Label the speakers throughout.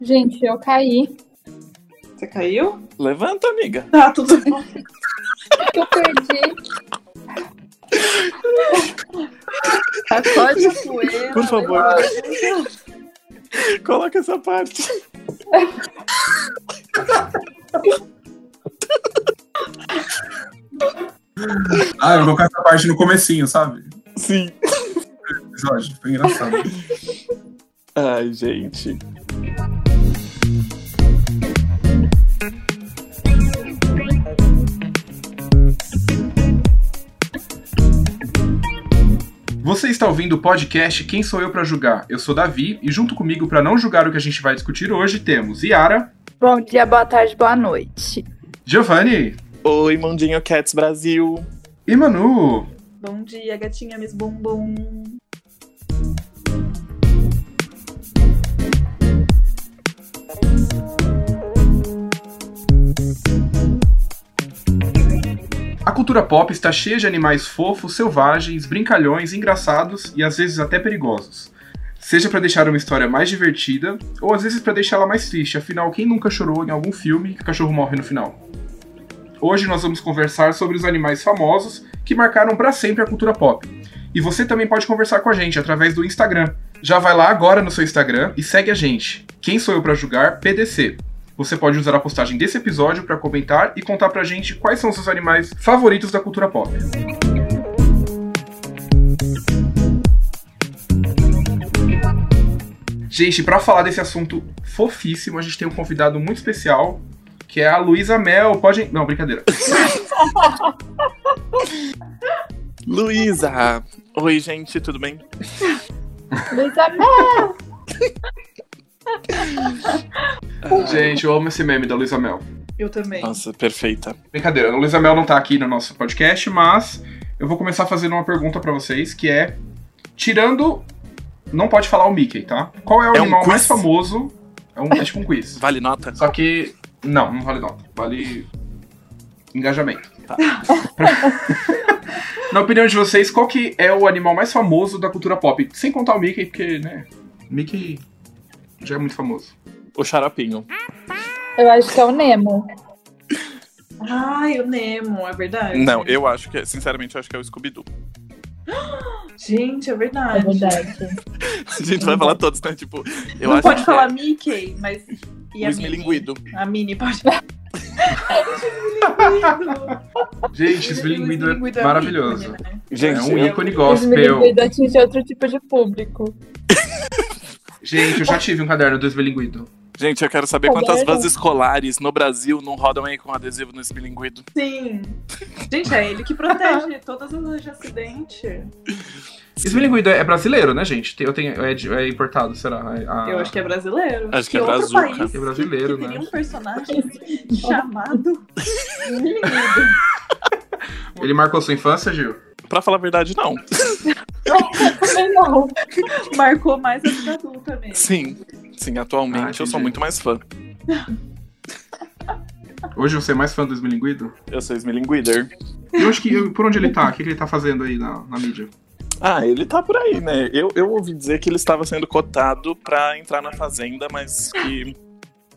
Speaker 1: Gente, eu caí.
Speaker 2: Você caiu?
Speaker 3: Levanta, amiga.
Speaker 2: Tá, tudo bem.
Speaker 1: Eu perdi.
Speaker 4: Sacode a poeira.
Speaker 3: Por favor. Coloca essa parte.
Speaker 5: Ah, eu vou colocar essa parte no comecinho, sabe?
Speaker 3: Sim.
Speaker 5: Episódio. Foi engraçado.
Speaker 3: Ai, gente.
Speaker 5: Você está ouvindo o podcast Quem Sou Eu Pra Julgar? Eu sou Davi e junto comigo, pra não julgar o que a gente vai discutir hoje, temos Yara,
Speaker 4: Bom dia, boa tarde, boa noite.
Speaker 5: Giovanni
Speaker 3: Oi, Mundinho Cats Brasil.
Speaker 5: e Manu.
Speaker 4: Bom dia, gatinha Miss Bumbum.
Speaker 5: A cultura pop está cheia de animais fofos, selvagens, brincalhões, engraçados e às vezes até perigosos. Seja para deixar uma história mais divertida, ou às vezes para deixá-la mais triste, afinal, quem nunca chorou em algum filme que o cachorro morre no final? Hoje nós vamos conversar sobre os animais famosos que marcaram para sempre a cultura pop. E você também pode conversar com a gente através do Instagram. Já vai lá agora no seu Instagram e segue a gente. Quem sou eu para julgar? PDC. Você pode usar a postagem desse episódio para comentar e contar pra gente quais são seus animais favoritos da cultura pop. Gente, pra falar desse assunto fofíssimo, a gente tem um convidado muito especial, que é a Luísa Mel. Pode. Não, brincadeira.
Speaker 3: Luísa. Oi, gente, tudo bem?
Speaker 1: Luísa Mel.
Speaker 5: Gente, eu amo esse meme da Luísa Mel.
Speaker 2: Eu também.
Speaker 3: Nossa, perfeita.
Speaker 5: Brincadeira, a Luísa Mel não tá aqui no nosso podcast, mas eu vou começar fazendo uma pergunta pra vocês, que é tirando não pode falar o Mickey, tá? Qual é o
Speaker 3: É um
Speaker 5: animal mais
Speaker 3: quiz?
Speaker 5: famoso? É, um, é tipo um quiz.
Speaker 3: Vale nota?
Speaker 5: Só que não, não vale nota, vale engajamento.
Speaker 3: Tá.
Speaker 5: Na opinião de vocês, qual que é o animal mais famoso da cultura pop? Sem contar o Mickey, porque, né, Mickey já é muito famoso.
Speaker 3: O xaropinho.
Speaker 1: Eu acho que é o Nemo.
Speaker 2: Ai, o Nemo, é verdade.
Speaker 3: Não, eu acho que é, sinceramente, eu acho que é o Scooby-Doo.
Speaker 2: Gente, é
Speaker 1: É
Speaker 2: verdade.
Speaker 1: verdade.
Speaker 3: A gente vai falar todos, né? Tipo, eu
Speaker 2: não
Speaker 3: acho
Speaker 2: pode
Speaker 3: que
Speaker 2: falar Mickey, mas. E
Speaker 3: é
Speaker 2: a Minnie?
Speaker 3: o esmilinguido.
Speaker 2: A Minnie pode.
Speaker 5: Gente, esse
Speaker 2: Esmilinguido
Speaker 5: é
Speaker 2: um
Speaker 5: maravilhoso.
Speaker 2: ícone, né?
Speaker 5: É um
Speaker 3: eu-
Speaker 5: ícone
Speaker 1: O
Speaker 5: gospel.
Speaker 1: Vida atinge outro tipo de público.
Speaker 5: Gente, eu já tive um caderno do esmilinguido.
Speaker 3: gente, eu quero saber
Speaker 1: Caderno.
Speaker 3: quantas vans escolares no Brasil não rodam aí com adesivo no esmilinguido.
Speaker 2: Sim. Gente, é ele que protege todas as leis de acidente.
Speaker 5: Esmilinguido é brasileiro, né, gente? Tem- Eu tenho, é, de- é importado, será? A- a-
Speaker 2: Eu acho que é brasileiro.
Speaker 3: Ah. Acho que é
Speaker 2: outro
Speaker 3: brazuca.
Speaker 2: país
Speaker 5: É brasileiro,
Speaker 2: que teria
Speaker 5: né?
Speaker 2: um personagem chamado Esmilinguido.
Speaker 5: Ele marcou sua infância, Gil?
Speaker 3: Pra falar a verdade, não.
Speaker 1: Também não.
Speaker 2: Marcou mais a vida adulta mesmo.
Speaker 3: Sim. Sim,
Speaker 5: Ah,
Speaker 3: atualmente eu sou
Speaker 5: entendi.
Speaker 3: muito mais fã.
Speaker 5: Hoje você é mais fã do esmilinguido?
Speaker 3: Eu sou esmilinguider.
Speaker 5: E hoje que, por onde ele tá? O que, que ele tá fazendo aí na, na mídia?
Speaker 3: Ah, ele tá por aí, né? Eu, eu ouvi dizer que ele estava sendo cotado pra entrar na Fazenda, mas que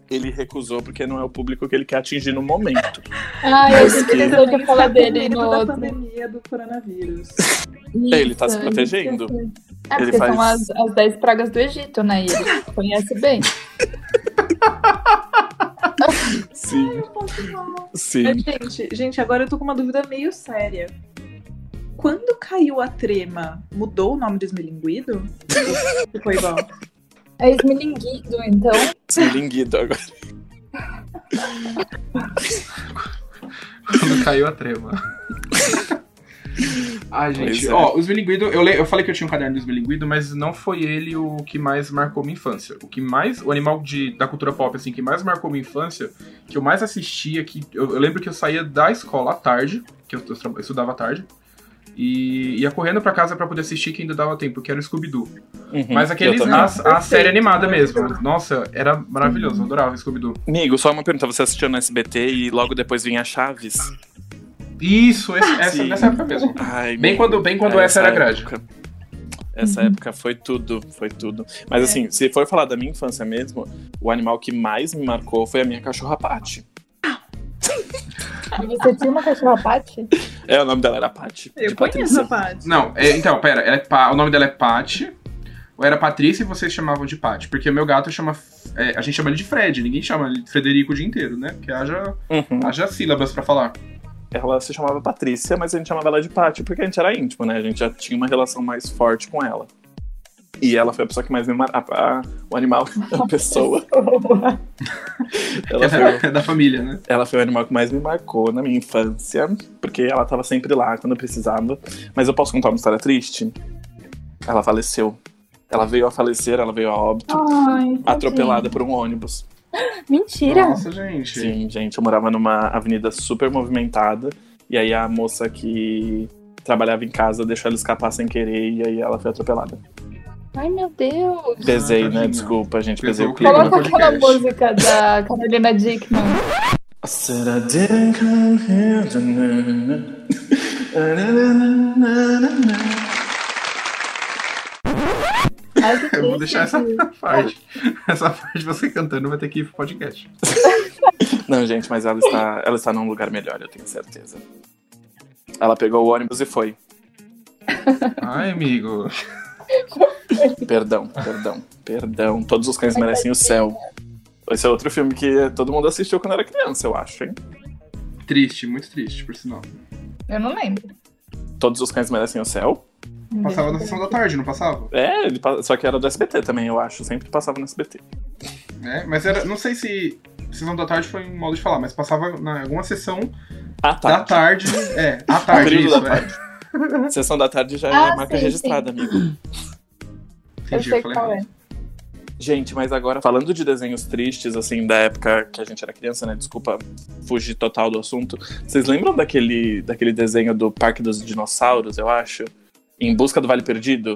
Speaker 3: ele recusou porque não é o público que ele quer atingir no momento.
Speaker 1: Ai, eu
Speaker 3: Mas
Speaker 1: sempre
Speaker 3: que-
Speaker 1: pensei que ia falar
Speaker 2: Tá com
Speaker 1: dele
Speaker 2: medo
Speaker 1: no
Speaker 2: da
Speaker 1: outro.
Speaker 2: pandemia do coronavírus.
Speaker 3: Ele tá se
Speaker 1: Isso,
Speaker 3: protegendo.
Speaker 1: isso. É,
Speaker 3: Ele
Speaker 1: porque são
Speaker 3: faz-
Speaker 1: as, as 10 pragas do Egito, né? E ele conhece bem.
Speaker 3: Sim,
Speaker 2: Eu posso falar.
Speaker 3: sim.
Speaker 2: Mas, gente, gente, agora eu tô com uma dúvida meio séria. Quando caiu a trema, mudou o nome de esmilinguido? Ficou igual.
Speaker 1: É esmilinguido, então.
Speaker 3: Esmilinguido agora.
Speaker 5: Quando caiu a trema. Ai, gente.
Speaker 3: Pois é.
Speaker 5: Ó, o Esmilinguido, eu, le- eu falei que eu tinha um caderno do Esmilinguido, mas não foi ele o que mais marcou minha infância. O que mais. O animal de, da cultura pop, assim, que mais marcou minha infância, que eu mais assistia, que. Eu, eu lembro que eu saía da escola à tarde, que eu, eu tra- eu estudava à tarde. E ia correndo pra casa pra poder assistir que ainda dava tempo, que era o Scooby-Doo.
Speaker 3: Uhum,
Speaker 5: Mas aquele,
Speaker 3: eu também.
Speaker 5: a, a
Speaker 2: Perfeito.
Speaker 5: série animada mesmo. né? Nossa, era maravilhoso, eu adorava o Scooby-Doo.
Speaker 3: Amigo, só uma pergunta. Você assistiu no SBT e logo depois vinha Chaves?
Speaker 5: Isso, esse- essa,
Speaker 3: Sim. É,
Speaker 5: nessa época mesmo.
Speaker 3: Ai,
Speaker 5: Bem
Speaker 3: amigo,
Speaker 5: quando, bem quando essa era grande.
Speaker 3: época. Essa época foi tudo, foi tudo. Mas assim, se for falar da minha infância mesmo, o animal que mais me marcou foi a minha cachorra Pati.
Speaker 1: E você tinha uma cachorra Pati?
Speaker 3: É, o nome dela era Pati.
Speaker 2: Eu
Speaker 3: de
Speaker 2: conheço
Speaker 3: Patrícia.
Speaker 2: a Paty.
Speaker 5: Não, é- então, pera, ela é Pa- o nome dela é Paty. Ou era Patrícia e vocês chamavam de Paty? Porque o meu gato chama. é, a gente chama ele de Fred, ninguém chama ele de Frederico o dia inteiro, né? Porque haja,
Speaker 3: Uhum.
Speaker 5: haja sílabas pra falar.
Speaker 3: Ela se chamava Patrícia, mas a gente chamava ela de Pati porque a gente era íntimo, né? A gente já tinha uma relação mais forte com ela. E ela foi a pessoa que mais me marcou. O animal, a pessoa.
Speaker 5: É
Speaker 3: Ela foi
Speaker 5: da, é da família, né?
Speaker 3: Ela foi o animal que mais me marcou na minha infância, porque ela tava sempre lá quando eu precisava. Mas eu posso contar uma história triste? Ela faleceu. Ela veio a falecer, ela veio a óbito,
Speaker 1: Ai,
Speaker 3: atropelada
Speaker 2: assim?
Speaker 3: por um ônibus.
Speaker 1: Mentira.
Speaker 5: Nossa, gente.
Speaker 3: Sim, gente, eu morava numa avenida super movimentada, e aí a moça que trabalhava em casa deixou ela escapar sem querer, e aí ela foi atropelada.
Speaker 1: Ai, meu Deus.
Speaker 3: Pesei, né?
Speaker 5: tadinha.
Speaker 3: Desculpa, gente,
Speaker 5: Pesou
Speaker 3: pesei
Speaker 5: o
Speaker 3: o
Speaker 5: clima.
Speaker 3: clima.
Speaker 1: Coloca
Speaker 5: podcast.
Speaker 1: aquela música da Carolina Dickman.
Speaker 3: Said I didn't come here to-
Speaker 1: Ai, que
Speaker 5: Eu vou
Speaker 1: triste.
Speaker 5: deixar essa parte. Essa parte você cantando vai ter que ir pro podcast.
Speaker 3: Não, gente, mas ela está, ela está num lugar melhor, eu tenho certeza. Ela pegou o ônibus e foi.
Speaker 5: Ai, amigo.
Speaker 3: Perdão, perdão, perdão. Todos os cães merecem o céu. Esse é outro filme que todo mundo assistiu quando era criança, eu acho, hein?
Speaker 5: Triste, muito triste, por sinal.
Speaker 1: Eu não lembro.
Speaker 3: Todos os cães merecem o céu.
Speaker 5: Passava na sessão da tarde, não passava?
Speaker 3: É, ele pa- só que era do SBT também, eu acho. Sempre passava no SBT.
Speaker 5: É, mas era. Não sei se. Sessão da tarde foi um modo de falar, mas passava na alguma sessão
Speaker 3: Ah,
Speaker 5: da
Speaker 3: tá.
Speaker 5: tarde. É, à tarde,
Speaker 3: Período
Speaker 5: isso,
Speaker 3: da
Speaker 5: é.
Speaker 3: Sessão da tarde já é
Speaker 1: Ah,
Speaker 3: marca
Speaker 1: sim,
Speaker 3: registrada, amigo.
Speaker 1: Eu
Speaker 5: Entendi,
Speaker 1: sei
Speaker 5: falei
Speaker 1: qual é.
Speaker 5: errado.
Speaker 3: Gente, mas agora, falando de desenhos tristes, assim, da época que a gente era criança, né? Desculpa fugir total do assunto. Vocês lembram daquele, daquele desenho do Parque dos Dinossauros, eu acho? Em Busca do Vale Perdido?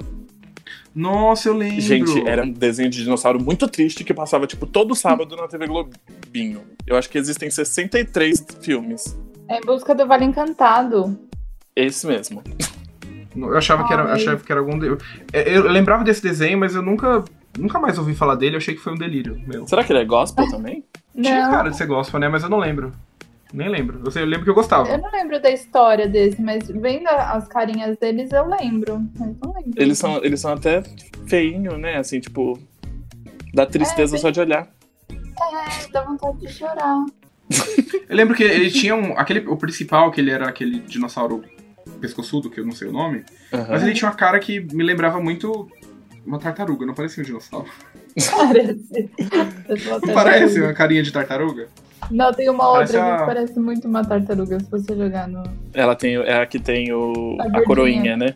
Speaker 5: Nossa, eu lembro.
Speaker 3: Gente, era um desenho de dinossauro muito triste que passava, tipo, todo sábado na TV Globinho. Eu acho que existem 63 filmes.
Speaker 1: É em busca do Vale Encantado.
Speaker 3: Esse mesmo.
Speaker 5: Eu achava que era,
Speaker 1: Ai.
Speaker 5: achava que era algum. de- Eu, é, eu lembrava desse desenho, mas eu nunca, nunca mais ouvi falar dele. Eu achei que foi um delírio meu.
Speaker 3: Será que ele é gospel também?
Speaker 5: Tinha
Speaker 1: Não,
Speaker 5: cara de ser gospel, né? Mas eu não lembro. Nem lembro. Eu, sei, eu lembro que eu gostava.
Speaker 1: eu não lembro da história desse, mas vendo as carinhas deles, eu lembro. Mas não lembro.
Speaker 3: Eles são, eles são até feinho, né? Assim, tipo, dá tristeza
Speaker 1: É,
Speaker 3: só de olhar.
Speaker 1: É, dá vontade de chorar.
Speaker 5: Eu lembro que ele tinha um. Aquele, o principal, que ele era aquele dinossauro pescoçudo, que eu não sei o nome. Mas ele tinha uma cara que me lembrava muito uma tartaruga, não parecia um dinossauro.
Speaker 1: Parece. Eu sou uma
Speaker 5: Não parece
Speaker 1: tartaruga.
Speaker 5: uma carinha de tartaruga?
Speaker 1: Não, tem uma
Speaker 5: Parece
Speaker 1: outra
Speaker 5: a-
Speaker 1: que parece muito uma tartaruga, se você jogar no.
Speaker 3: Ela tem, é a que tem o,
Speaker 1: A
Speaker 3: a,
Speaker 1: verdinha.
Speaker 3: coroinha, né?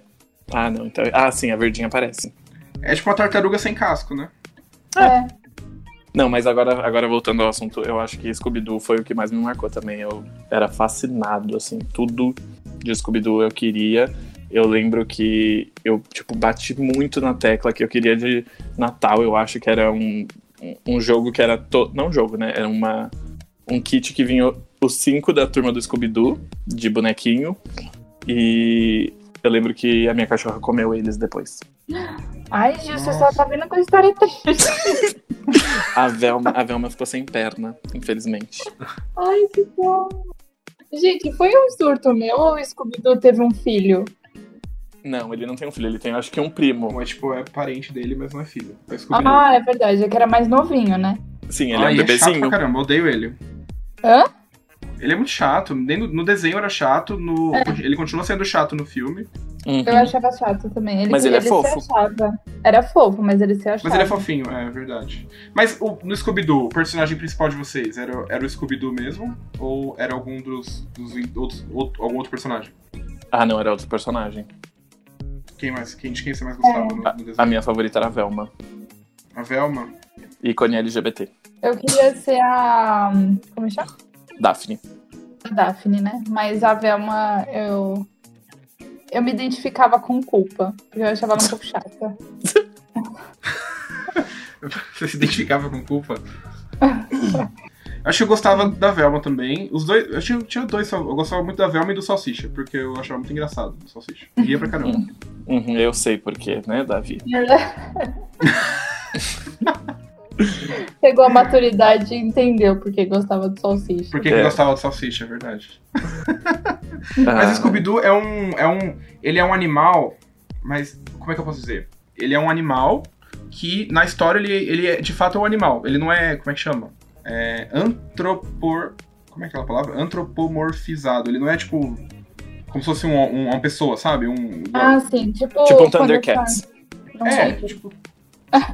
Speaker 3: Ah, não. Então, ah, sim, a verdinha aparece.
Speaker 5: É tipo uma tartaruga sem casco, né?
Speaker 1: É.
Speaker 3: Não, mas agora, agora voltando ao assunto, eu acho que Scooby-Doo foi o que mais me marcou também. Eu era fascinado, assim, tudo de Scooby-Doo eu queria. Eu lembro que eu, tipo, bati muito na tecla que eu queria de Natal. Eu acho que era um, um- um jogo que era... To... Não um jogo, né? Era uma, um kit que vinha os cinco da turma do Scooby-Doo, de bonequinho. E eu lembro que a minha cachorra comeu eles depois.
Speaker 1: Ai, Gil, você só
Speaker 5: Nossa.
Speaker 1: tá vendo com a história triste.
Speaker 3: A Velma, a Velma ficou sem perna, infelizmente.
Speaker 1: Ai, que bom. Gente, foi um surto meu ou o Scooby-Doo teve um filho?
Speaker 3: Não, ele não tem um filho, ele tem acho que um primo.
Speaker 5: Bom, é tipo, é parente dele, mas não é filho. É Scooby-Doo.
Speaker 1: Ah, é verdade, é que era mais novinho, né?
Speaker 3: Sim, ele é
Speaker 5: Ai,
Speaker 3: um
Speaker 5: chato pra
Speaker 3: bebezinho.
Speaker 5: caramba, eu odeio ele.
Speaker 1: Hã?
Speaker 5: Ele é muito chato. Nem no, no desenho era chato, no, ele continua sendo chato no filme.
Speaker 3: Uhum.
Speaker 1: Eu achava chato também. Ele,
Speaker 3: Mas ele é
Speaker 1: Se
Speaker 3: fofo.
Speaker 1: achava. Era fofo, mas ele se achava.
Speaker 5: Mas ele é fofinho, é verdade. Mas o- no Scooby-Doo, o personagem principal de vocês era, era o Scooby-Doo mesmo? Ou era algum dos, dos in- outros, outro, algum outro personagem?
Speaker 3: Ah, não, era outro personagem.
Speaker 5: Quem mais? Quem, de quem você mais gostava no, no
Speaker 3: A
Speaker 5: desenho?
Speaker 3: minha favorita era a Velma.
Speaker 5: A Velma?
Speaker 3: Ícone LGBT.
Speaker 1: Eu queria ser a. Como chama?
Speaker 3: Daphne.
Speaker 1: A Daphne, né? Mas a Velma, eu. Eu me identificava com culpa. Porque eu achava ela um pouco chata.
Speaker 5: Você se identificava com culpa? Acho que eu gostava da Velma também. Os dois. Eu tinha, tinha dois. Eu gostava muito da Velma e do Salsicha, porque eu achava muito engraçado o Salsicha. Ria pra caramba.
Speaker 3: Uhum, eu sei porquê, né, Davi?
Speaker 1: Pegou a maturidade e entendeu porque gostava do salsicha.
Speaker 5: Porque que eu
Speaker 3: É.
Speaker 5: gostava do Salsicha, é verdade.
Speaker 3: Ah,
Speaker 5: Mas o Scooby-Doo é um, é um. Ele é um animal. Mas como é que eu posso dizer? Ele é um animal que na história ele, ele é de fato é um animal. Ele não é. Como é que chama? É. Antropor. Como é aquela palavra? Antropomorfizado. Ele não é tipo. Como se fosse um, um- uma pessoa, sabe? Um.
Speaker 1: Ah, sim. Tipo,
Speaker 3: tipo um
Speaker 1: quando
Speaker 3: Thundercats.
Speaker 1: tá- Não
Speaker 5: É,
Speaker 1: sei.
Speaker 5: tipo.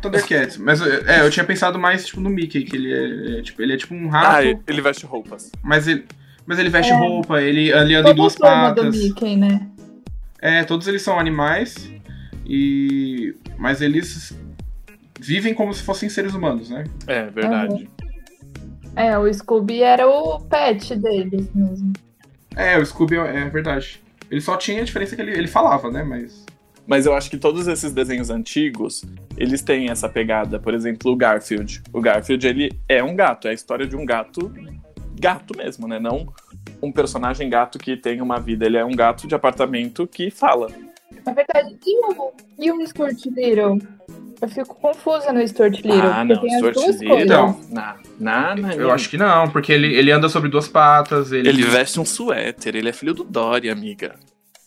Speaker 5: Thundercats. Mas é, eu tinha pensado mais tipo, no Mickey, que ele é, é, tipo, ele é tipo um rato,
Speaker 3: Ah, ele veste roupas.
Speaker 5: mas ele. Mas ele veste roupa, ele, ele anda em
Speaker 1: É. Todo
Speaker 5: duas
Speaker 1: forma do
Speaker 5: patas.
Speaker 1: Mickey, né?
Speaker 5: É, todos eles são animais. E. Mas eles vivem como se fossem seres humanos, né?
Speaker 3: É, verdade.
Speaker 1: É, o Scooby era o pet deles mesmo.
Speaker 5: É, o Scooby é, é verdade. Ele só tinha a diferença que ele, ele falava, né? Mas.
Speaker 3: Mas eu acho que todos esses desenhos antigos, eles têm essa pegada. Por exemplo, o Garfield. O Garfield, ele é um gato. É a história de um gato, gato mesmo, né? Não um personagem gato que tem uma vida. Ele é um gato de apartamento que fala.
Speaker 1: Na verdade, e o, e o Stuart Little? Eu fico confusa no Stuart Little.
Speaker 3: ah,
Speaker 1: porque
Speaker 3: não.
Speaker 1: tem as
Speaker 3: Stuart
Speaker 1: duas
Speaker 3: Little.
Speaker 1: coisas.
Speaker 5: Não.
Speaker 3: Na, na, na,
Speaker 5: Então, Eu acho que não, porque ele, ele anda sobre duas patas, ele.
Speaker 3: Ele veste um suéter. Ele é filho do Dory, amiga.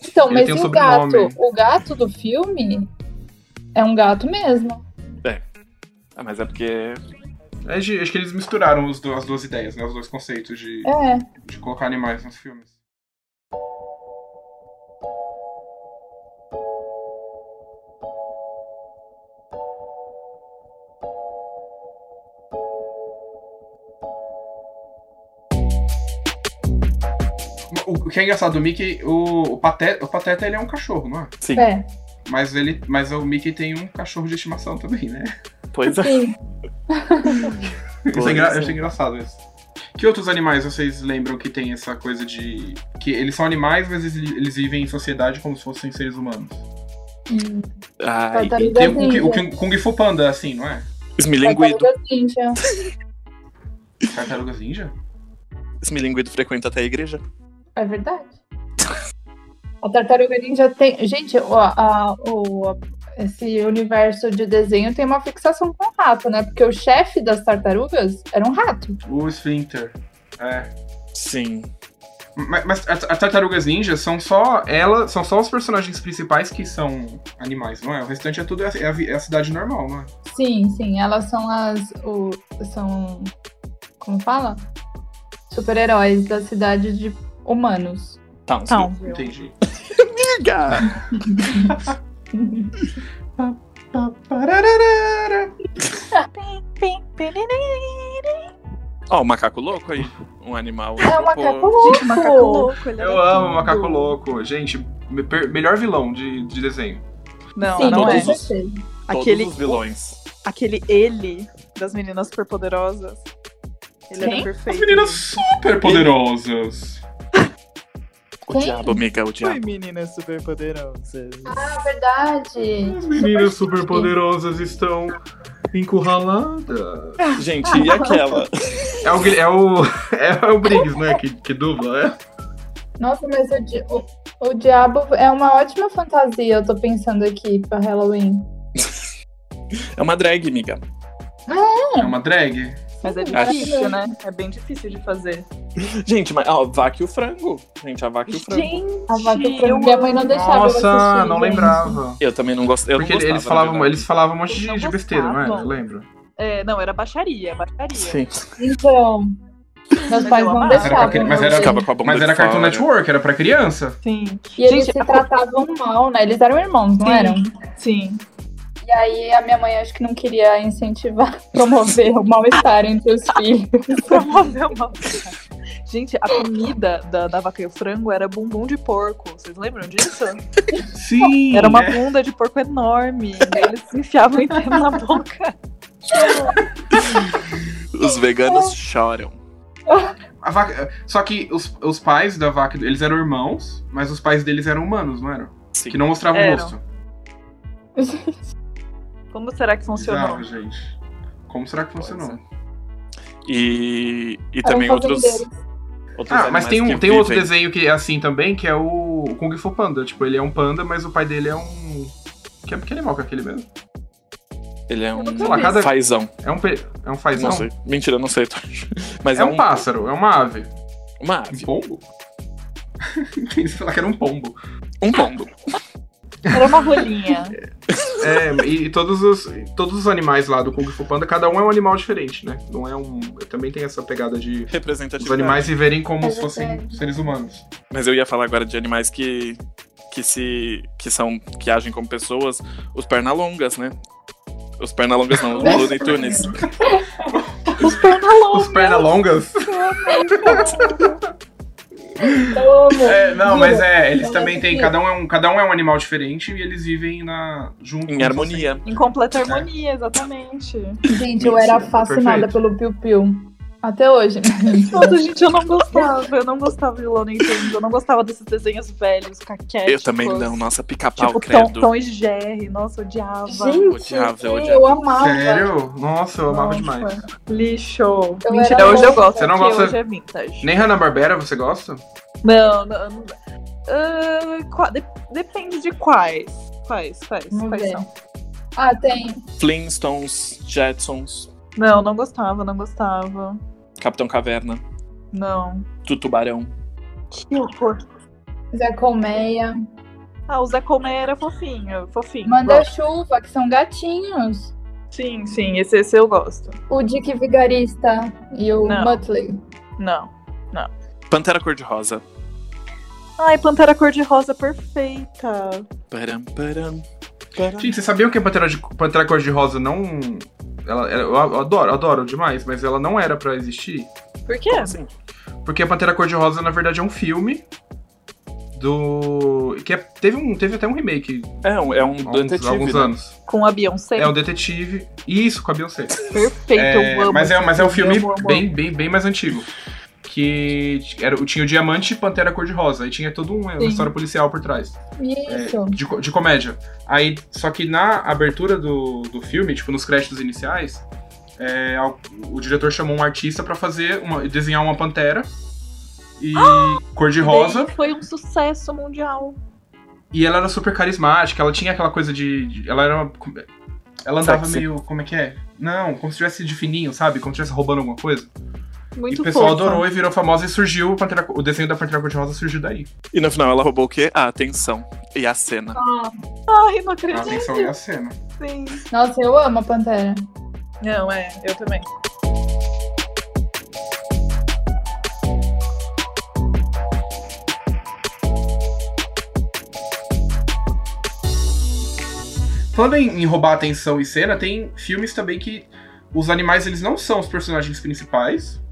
Speaker 1: Então,
Speaker 5: Ele
Speaker 1: mas
Speaker 5: tem
Speaker 1: e
Speaker 5: um
Speaker 1: o gato?
Speaker 5: sobrenome.
Speaker 1: O gato do filme é um gato mesmo.
Speaker 3: Ah, mas é porque...
Speaker 5: É de- acho que eles misturaram os do- as duas ideias, né? Os dois conceitos de,
Speaker 1: É.
Speaker 5: de colocar animais nos filmes. O o que é engraçado do Mickey, o, o, Pateta, o Pateta ele é um cachorro, não é?
Speaker 3: Sim,
Speaker 1: É.
Speaker 5: Mas, ele, mas o Mickey tem um cachorro de estimação também, né?
Speaker 3: pois é.
Speaker 1: Sim.
Speaker 5: Isso
Speaker 3: Pois
Speaker 5: é, engra-
Speaker 3: é.
Speaker 5: eu achei engraçado isso. Que outros animais vocês lembram que tem essa coisa de. Que eles são animais, mas eles, eles vivem em sociedade como se fossem seres humanos.
Speaker 3: Ai,
Speaker 1: Tartaruga
Speaker 5: Tem o, Kung-
Speaker 1: Ninja.
Speaker 5: o Kung- Kung Fu Panda, assim, não é?
Speaker 3: Smilinguido.
Speaker 1: Tartaruga Ninja.
Speaker 5: Tartarugas Ninja?
Speaker 1: um
Speaker 3: Smilinguido frequenta até a igreja.
Speaker 1: É verdade. A Tartaruga Ninja tem. Gente, o- a- o- a- esse universo de desenho tem uma fixação com o rato, né? Porque o chefe das tartarugas era um rato.
Speaker 5: O Sphinter. É.
Speaker 3: Sim.
Speaker 5: Mas, mas as as tartarugas ninja são só ela, são só os personagens principais que são animais, não é? O restante é tudo é, a, vi- é a cidade normal, não é?
Speaker 1: Sim, sim. Elas são as. O, são. Como fala? Super-heróis da cidade de humanos.
Speaker 3: Townsville.
Speaker 2: Tipo,
Speaker 5: Entendi.
Speaker 3: Amiga!
Speaker 5: Pa- parararara.
Speaker 3: Ó, o macaco louco aí. Um animal.
Speaker 1: É um
Speaker 3: antropó-
Speaker 1: macaco louco.
Speaker 4: Gente, macaco louco. Ele
Speaker 5: Eu
Speaker 4: era
Speaker 5: amo
Speaker 4: tudo.
Speaker 5: Macaco Louco. Gente, me- per- melhor vilão de, de desenho.
Speaker 4: Não,
Speaker 1: Sim,
Speaker 4: não
Speaker 1: com
Speaker 4: é.
Speaker 3: todos os-
Speaker 1: certeza.
Speaker 3: Todos
Speaker 4: Aquele-
Speaker 3: os vilões.
Speaker 4: Aquele ele das meninas superpoderosas. Ele
Speaker 1: Quem?
Speaker 4: era perfeito.
Speaker 5: As meninas super poderosas.
Speaker 3: O
Speaker 1: Quem?
Speaker 3: diabo, amiga, o
Speaker 4: Oi,
Speaker 3: diabo.
Speaker 4: meninas superpoderosas.
Speaker 1: Na verdade.
Speaker 5: As meninas superpoderosas estão encurraladas.
Speaker 3: Gente, e aquela?
Speaker 5: É o, Gui- é o, é o Briggs, né? Que, que dubla, é?
Speaker 1: Nossa, mas o, di- o, o diabo é uma ótima fantasia, eu tô pensando aqui pra Halloween.
Speaker 3: É uma drag, amiga.
Speaker 5: É uma drag?
Speaker 4: Mas é
Speaker 3: Acho-
Speaker 4: difícil, né? É bem difícil de fazer.
Speaker 3: Gente, mas ó, vaca e o frango. Gente, a vaca e o frango.
Speaker 4: Gente,
Speaker 1: A vaca
Speaker 4: eu
Speaker 1: pra minha mãe não deixava eu
Speaker 5: Nossa,
Speaker 1: assistir,
Speaker 5: não
Speaker 1: gente.
Speaker 5: lembrava.
Speaker 3: Eu também não gosto. Eu
Speaker 5: Porque
Speaker 3: não gostava,
Speaker 5: eles, falavam,
Speaker 3: na
Speaker 5: eles falavam um monte
Speaker 4: Eles
Speaker 5: de,
Speaker 4: não
Speaker 5: de besteira, não é?
Speaker 4: gostavam.
Speaker 5: Eu lembro.
Speaker 4: É, não, era baixaria, baixaria.
Speaker 3: verdade. Sim.
Speaker 1: Então, meus
Speaker 4: Mas
Speaker 1: pais
Speaker 4: eu
Speaker 1: não
Speaker 4: amava.
Speaker 5: Era pra
Speaker 1: deixavam.
Speaker 5: cri-
Speaker 1: eu
Speaker 5: mas era-
Speaker 1: ver.
Speaker 3: Ficava com a bunda
Speaker 5: Mas
Speaker 3: de
Speaker 5: era Cartoon
Speaker 3: fora.
Speaker 5: Network, era pra criança.
Speaker 4: Sim,
Speaker 1: E eles
Speaker 4: Gente,
Speaker 1: se
Speaker 4: a-
Speaker 1: tratavam mal, né? Eles eram irmãos, não
Speaker 4: Sim.
Speaker 1: eram?
Speaker 4: sim.
Speaker 1: E aí a minha mãe acho que não queria incentivar, promover o mal-estar entre os filhos.
Speaker 4: Promover o mal. Gente, a comida da, da vaca e o frango era bumbum de porco. Vocês lembram disso?
Speaker 5: Sim!
Speaker 4: Era uma
Speaker 5: é.
Speaker 4: bunda de porco enorme. e eles se enfiavam inteiro na boca.
Speaker 3: Os
Speaker 2: É.
Speaker 3: veganos choram.
Speaker 5: A vaca- Só que os, os pais da vaca, eles eram irmãos, mas os pais deles eram humanos, não eram?
Speaker 3: Sim.
Speaker 5: Que não mostravam o
Speaker 4: Eram.
Speaker 5: rosto.
Speaker 4: Como será que funcionou?
Speaker 5: Bizarro, gente. Como será que funcionou?
Speaker 3: E, e
Speaker 1: Era um
Speaker 3: também outros.
Speaker 1: fazendeiro.
Speaker 3: outros
Speaker 5: Ah,
Speaker 3: animais
Speaker 5: mas tem, um,
Speaker 3: que
Speaker 5: tem outro
Speaker 3: vivem.
Speaker 5: desenho que é assim também, que é o Kung Fu Panda. Tipo, ele é um panda, mas o pai dele é um. Que, que animal que é aquele mesmo?
Speaker 3: Ele é um
Speaker 5: Sei lá, cada-
Speaker 3: fazão.
Speaker 5: É um, pe... é um fazão?
Speaker 3: Não sei. Mentira, não sei. tô- Mas
Speaker 5: É um pássaro, é uma ave.
Speaker 3: Uma
Speaker 5: Um
Speaker 3: ave.
Speaker 5: pombo? Entendi falar que era um pombo.
Speaker 3: Um pombo.
Speaker 2: Era uma rolinha.
Speaker 5: É, e, e todos, os, todos os animais lá do Kung Fu Panda, cada um é um animal diferente, né? Não é um. Também tem essa pegada de os
Speaker 3: Representatividade.
Speaker 5: animais viverem como
Speaker 1: Mas
Speaker 5: se fossem
Speaker 1: até-
Speaker 5: seres humanos.
Speaker 3: Mas eu ia falar agora de animais que que se que são que agem como pessoas, os pernalongas, né? Os pernalongas não, os
Speaker 2: Né?
Speaker 3: Looney Tunes.
Speaker 2: Os pernalongos.
Speaker 5: Os pernalongas?
Speaker 1: Então, Eu amo.
Speaker 5: É, não,
Speaker 1: Juro.
Speaker 5: mas é, eles
Speaker 1: Eu
Speaker 5: também
Speaker 1: lembro
Speaker 5: têm.
Speaker 1: que-
Speaker 5: Cada um, é um, cada um é um animal diferente e eles vivem na, assim. junto. como
Speaker 3: Em
Speaker 5: se
Speaker 3: harmonia.
Speaker 2: Em completa harmonia, exatamente.
Speaker 1: Gente, eu era
Speaker 5: Mentira,
Speaker 1: fascinada
Speaker 5: perfeito.
Speaker 1: pelo Piu Piu. Até hoje.
Speaker 2: Nossa, gente, eu não gostava. Eu não gostava de Looney Tunes. Eu não gostava desses desenhos velhos, caquéticos.
Speaker 3: Eu também não, nossa, pica-pau,
Speaker 2: Tipo, Tom,
Speaker 3: credo.
Speaker 2: Tom e Jerry. Nossa, odiava.
Speaker 1: Gente,
Speaker 3: Odiava, eu
Speaker 1: eu,
Speaker 3: odiava.
Speaker 1: amava.
Speaker 5: Sério? Nossa, eu amava
Speaker 2: Nossa.
Speaker 5: demais.
Speaker 2: Lixo.
Speaker 1: Eu
Speaker 2: Mentira,
Speaker 1: era
Speaker 2: hoje eu
Speaker 1: louca.
Speaker 2: gosto.
Speaker 5: Você não
Speaker 2: porque
Speaker 5: gosta-
Speaker 2: Hoje é vintage.
Speaker 5: Nem Hanna-Barbera, você gosta?
Speaker 2: Não, não. não. Ah, qua- de- depende de quais. Quais, quais,
Speaker 1: Vamos
Speaker 2: quais
Speaker 1: ver.
Speaker 2: são.
Speaker 1: Ah, tem.
Speaker 3: Flintstones, Jetsons,
Speaker 2: Não, não gostava, não gostava.
Speaker 3: Capitão Caverna,
Speaker 2: Não.
Speaker 3: Tutubarão.
Speaker 2: Que horror.
Speaker 1: Zé Colmeia.
Speaker 2: Ah, o Zé Colmeia era fofinho, fofinho. Gosto.
Speaker 1: Manda-chuva, que são gatinhos.
Speaker 2: Sim, sim, esse, esse eu gosto.
Speaker 1: O Dick Vigarista e o
Speaker 2: Não.
Speaker 1: Muttley.
Speaker 2: Não.
Speaker 3: Pantera Cor-de-Rosa.
Speaker 2: Ai, Pantera Cor-de-Rosa perfeita.
Speaker 3: Param, param, param.
Speaker 5: Gente, vocês sabiam que a Pantera, de- Pantera Cor-de-Rosa não. Ela, ela- eu adoro, adoro demais, mas ela não era pra existir.
Speaker 2: Por quê?
Speaker 3: Como assim?
Speaker 5: Porque a Pantera Cor-de-Rosa, na verdade, é um filme do. que é- teve, um, teve até um remake
Speaker 3: É um, é um
Speaker 5: há uns,
Speaker 3: detetive,
Speaker 5: alguns
Speaker 3: né?
Speaker 5: anos.
Speaker 2: Com a Beyoncé?
Speaker 5: É um detetive. Isso, com a Beyoncé.
Speaker 2: Perfeito,
Speaker 5: É,
Speaker 2: eu amo.
Speaker 5: mas, é,
Speaker 2: esse
Speaker 5: mas é um
Speaker 2: filme,
Speaker 5: filme
Speaker 2: eu amo,
Speaker 5: bem, bem, bem mais antigo. Que era, tinha o Diamante e Pantera Cor-de-Rosa. E tinha toda uma, uma
Speaker 2: Sim.
Speaker 5: história policial por trás.
Speaker 1: Isso.
Speaker 5: de, co- de comédia. Aí, só que na abertura do, do filme, tipo, nos créditos iniciais, é, al- o diretor chamou um artista pra fazer uma, desenhar uma pantera e cor de
Speaker 2: E daí
Speaker 5: rosa.
Speaker 2: Foi um sucesso mundial.
Speaker 5: E ela era super carismática, ela tinha aquela coisa de. de- ela era uma. Ela andava
Speaker 3: Sexy.
Speaker 5: meio. Como é que é? Não, como se tivesse de fininho, sabe? Como se estivesse roubando alguma coisa.
Speaker 2: Muito
Speaker 5: e o pessoal
Speaker 2: fofa.
Speaker 5: adorou e virou famosa e surgiu o, Pantera- o desenho da Pantera Cor-de-Rosa surgiu daí.
Speaker 3: E no final ela roubou o quê? A atenção e a cena.
Speaker 2: Ai, não
Speaker 5: A
Speaker 2: acredito.
Speaker 5: atenção é a cena.
Speaker 2: Sim.
Speaker 5: É.
Speaker 1: Nossa, eu amo a Pantera.
Speaker 2: Não, é, eu também.
Speaker 5: Falando em, em roubar atenção e cena, tem filmes também que os animais eles não são os personagens principais,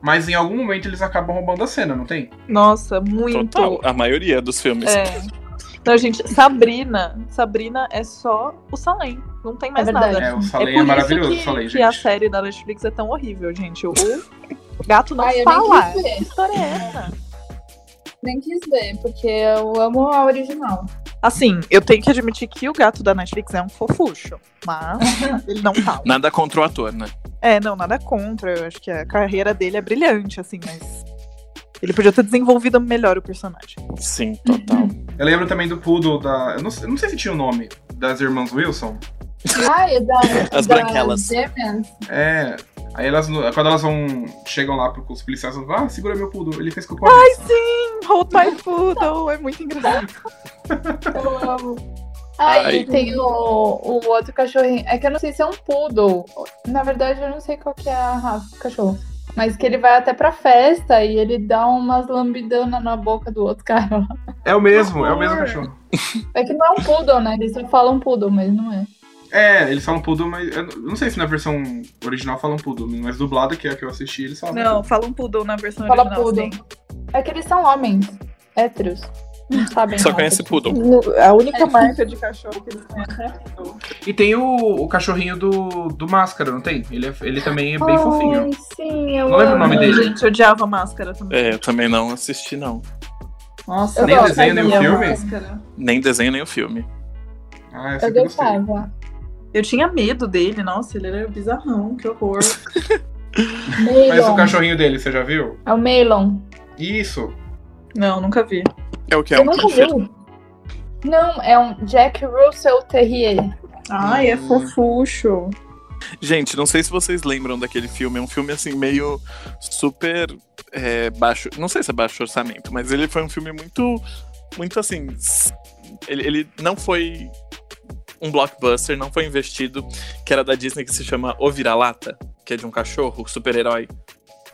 Speaker 5: mas em algum momento eles acabam roubando a cena, não tem?
Speaker 2: Nossa, muito.
Speaker 3: Total, a maioria dos filmes.
Speaker 2: Então, É. Não, gente, Sabrina. Sabrina é só o Salem. Não tem mais
Speaker 1: É verdade.
Speaker 2: nada.
Speaker 5: É, o
Speaker 2: é
Speaker 5: Salem é,
Speaker 2: por
Speaker 5: maravilhoso,
Speaker 2: isso que,
Speaker 5: o Salem,
Speaker 2: que a
Speaker 5: gente.
Speaker 2: série da Netflix é tão horrível, gente. O gato não
Speaker 1: Ai, eu
Speaker 2: fala.
Speaker 1: nem quis ver.
Speaker 2: Que história é essa?
Speaker 1: Nem quis ver, porque eu amo a original.
Speaker 2: Assim, eu tenho que admitir que o gato da Netflix é um fofucho, mas ele não fala.
Speaker 3: Nada contra o ator, né?
Speaker 2: É, não, nada contra. Eu acho que a carreira dele é brilhante, assim, mas. Ele podia ter desenvolvido melhor o personagem.
Speaker 3: Sim, total.
Speaker 5: Eu lembro também do Poodle da. Eu não, eu não sei se tinha o nome das irmãs Wilson.
Speaker 1: Ah, e da,
Speaker 3: As
Speaker 1: da
Speaker 3: branquelas.
Speaker 1: Gêmeas.
Speaker 5: É. Aí elas. no- Quando elas vão. Chegam lá com os policiais, elas falam, ah, segura meu Poodle. Ele fez com o Ai,
Speaker 2: Hum, Hold my poodle, é muito engraçado.
Speaker 1: Eu amo. Ah, e
Speaker 3: Ai.
Speaker 1: tem o, o outro cachorrinho. É que eu não sei se é um poodle. Na verdade, eu não sei qual que é a raça do cachorro. Mas que ele vai até pra festa e ele dá umas lambidanas na boca do outro cara. lá.
Speaker 5: É o mesmo, é o mesmo
Speaker 2: Por
Speaker 5: cachorro.
Speaker 1: É que não é um poodle, né? Eles só falam poodle, mas não é.
Speaker 5: É, eles falam Poodle, mas. Eu não- eu não sei se na versão original falam Poodle, mas dublada, que é a que eu assisti, eles falam.
Speaker 2: Não, fala um poodle na versão
Speaker 1: Fala
Speaker 2: original.
Speaker 1: poodle.
Speaker 2: sim.
Speaker 1: É que eles são homens, héteros. Não sabem
Speaker 3: Só
Speaker 1: nada.
Speaker 3: conhece Poodle.
Speaker 2: No- A única marca de cachorro que eles conhecem é poodle.
Speaker 5: E tem o, o cachorrinho do, do Máscara, não tem? Ele, é- ele também é bem fofinho.
Speaker 1: Ai, sim, eu
Speaker 5: Não lembro o
Speaker 1: amo.
Speaker 5: nome dele.
Speaker 2: Gente, eu odiava máscara também.
Speaker 3: É, eu também não assisti, não.
Speaker 2: Nossa,
Speaker 1: Eu
Speaker 5: nem
Speaker 1: gosto,
Speaker 5: desenho, nem o
Speaker 1: sabia?
Speaker 5: filme?
Speaker 2: máscara.
Speaker 3: Nem desenho, nem o filme.
Speaker 5: Ah, essa
Speaker 1: Eu
Speaker 5: que eu gostei.
Speaker 1: gostava.
Speaker 2: Eu tinha medo dele, nossa, ele era bizarrão, que horror.
Speaker 5: Mas o
Speaker 1: Melon.
Speaker 5: cachorrinho dele, você já viu?
Speaker 1: É o Melon.
Speaker 5: Isso.
Speaker 2: Não, nunca vi.
Speaker 3: É o que é
Speaker 1: Você
Speaker 3: um
Speaker 1: nunca
Speaker 3: perfil.
Speaker 1: viu? Não, é um Jack Russell Terrier.
Speaker 2: Ai, é
Speaker 5: Hum.
Speaker 2: fofucho.
Speaker 3: Gente, não sei se vocês lembram daquele filme. É um filme, assim, meio super é, baixo. Não sei se é baixo orçamento, mas ele foi um filme muito. Muito assim. s- Ele, ele não foi um blockbuster, não foi investido, que era da Disney que se chama O Vira-Lata, que é de um cachorro, super-herói.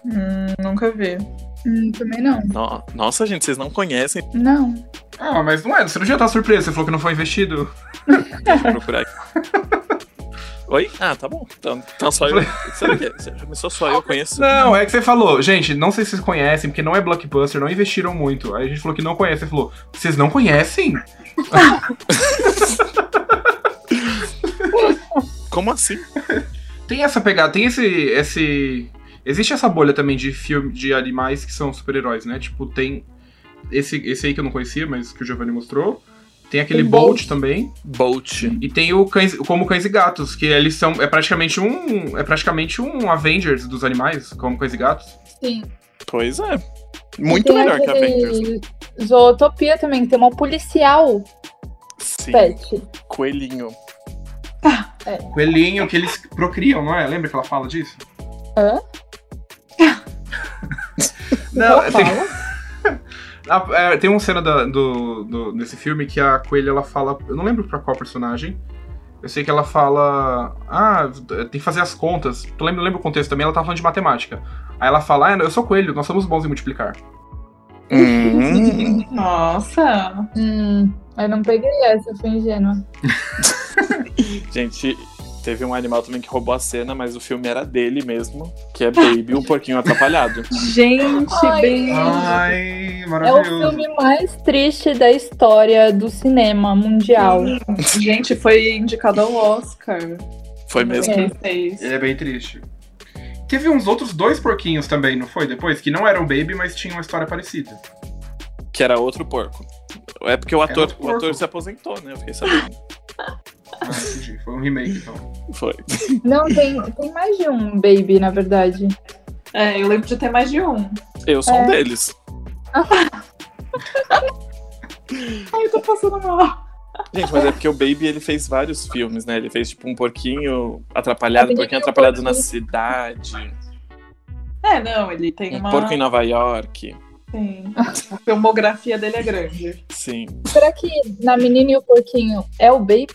Speaker 2: Hum, nunca vi.
Speaker 1: Hum, também não.
Speaker 3: No- Nossa, gente, vocês não conhecem?
Speaker 1: Não.
Speaker 5: Ah, mas não é. Você não já tá surpreso. Você falou que não foi investido.
Speaker 3: Deixa eu procurar aqui. Oi? Ah, tá bom. Então, então só eu. Será que é? Só, só eu conheço.
Speaker 5: Não, é que você falou. Gente, não sei se vocês conhecem, porque não é blockbuster, não investiram muito. Aí a gente falou que não conhece. Você falou, vocês não conhecem?
Speaker 3: Como assim?
Speaker 5: Tem essa pegada, tem esse. esse... Existe essa bolha também de filme de animais que são super-heróis, né? Tipo, tem. Esse, esse aí que eu não conhecia, mas que o Giovanni mostrou. Tem aquele
Speaker 1: Tem
Speaker 5: Bolt
Speaker 1: Bolt.
Speaker 5: também.
Speaker 3: Bolt.
Speaker 5: E tem o cães, como cães e gatos, que eles são. É praticamente um. É praticamente um Avengers dos animais, como cães e gatos.
Speaker 1: Sim.
Speaker 3: Pois é. Muito
Speaker 1: Tem
Speaker 3: melhor que
Speaker 1: aquele
Speaker 3: Avengers.
Speaker 1: Zootopia também, que tem uma policial
Speaker 3: Sim,
Speaker 1: pet.
Speaker 3: coelhinho.
Speaker 5: Coelhinho que eles procriam, não é? Lembra que ela fala disso?
Speaker 1: Hã?
Speaker 5: Não,
Speaker 1: Ela
Speaker 5: tem,
Speaker 1: fala?
Speaker 5: A- é, tem uma cena da- do, do- nesse filme que a Coelha ela fala. Eu não lembro pra qual personagem. Eu sei que ela fala. Ah, tem que fazer as contas. Tu lembra, lembra o contexto também? Ela tá falando de matemática. Aí ela fala: Ah, eu sou coelho, nós somos bons em multiplicar.
Speaker 3: Hum.
Speaker 2: Nossa.
Speaker 1: Hum, eu não peguei essa, eu fui ingênua.
Speaker 3: Gente, teve um animal também que roubou a cena, mas o filme era dele mesmo, que é Baby, o porquinho atrapalhado.
Speaker 2: Gente,
Speaker 1: Ai.
Speaker 2: bem.
Speaker 5: Ai,
Speaker 1: É o filme mais triste da história do cinema mundial.
Speaker 2: Gente, foi indicado ao Oscar.
Speaker 3: Foi mesmo?
Speaker 1: É.
Speaker 2: Vocês.
Speaker 5: Ele é bem triste. Teve uns outros dois porquinhos também, não foi? Depois, que não eram baby, mas tinham uma história parecida.
Speaker 3: Que era outro porco. É porque o
Speaker 5: Era
Speaker 3: ator,
Speaker 5: outro
Speaker 3: o ator
Speaker 5: porco.
Speaker 3: se aposentou, né? Eu fiquei sabendo.
Speaker 5: Ah, entendi. Foi um remake, então.
Speaker 3: Foi.
Speaker 1: Não, tem, tem mais de um baby, na verdade.
Speaker 2: É, eu lembro de ter mais de um.
Speaker 3: Eu sou
Speaker 1: É.
Speaker 3: um deles.
Speaker 2: Ai, eu tô passando mal.
Speaker 3: Gente, mas é porque o Baby ele fez vários filmes, né? Ele fez tipo um porquinho atrapalhado, um
Speaker 1: Ele
Speaker 3: porquinho
Speaker 1: tem um
Speaker 3: atrapalhado na
Speaker 1: porquinho.
Speaker 3: cidade,
Speaker 2: É, não, ele tem
Speaker 3: um
Speaker 2: uma.
Speaker 3: porco em Nova York.
Speaker 2: Sim. A filmografia dele é grande.
Speaker 3: Sim.
Speaker 1: Será que na Menina e o Porquinho é o baby?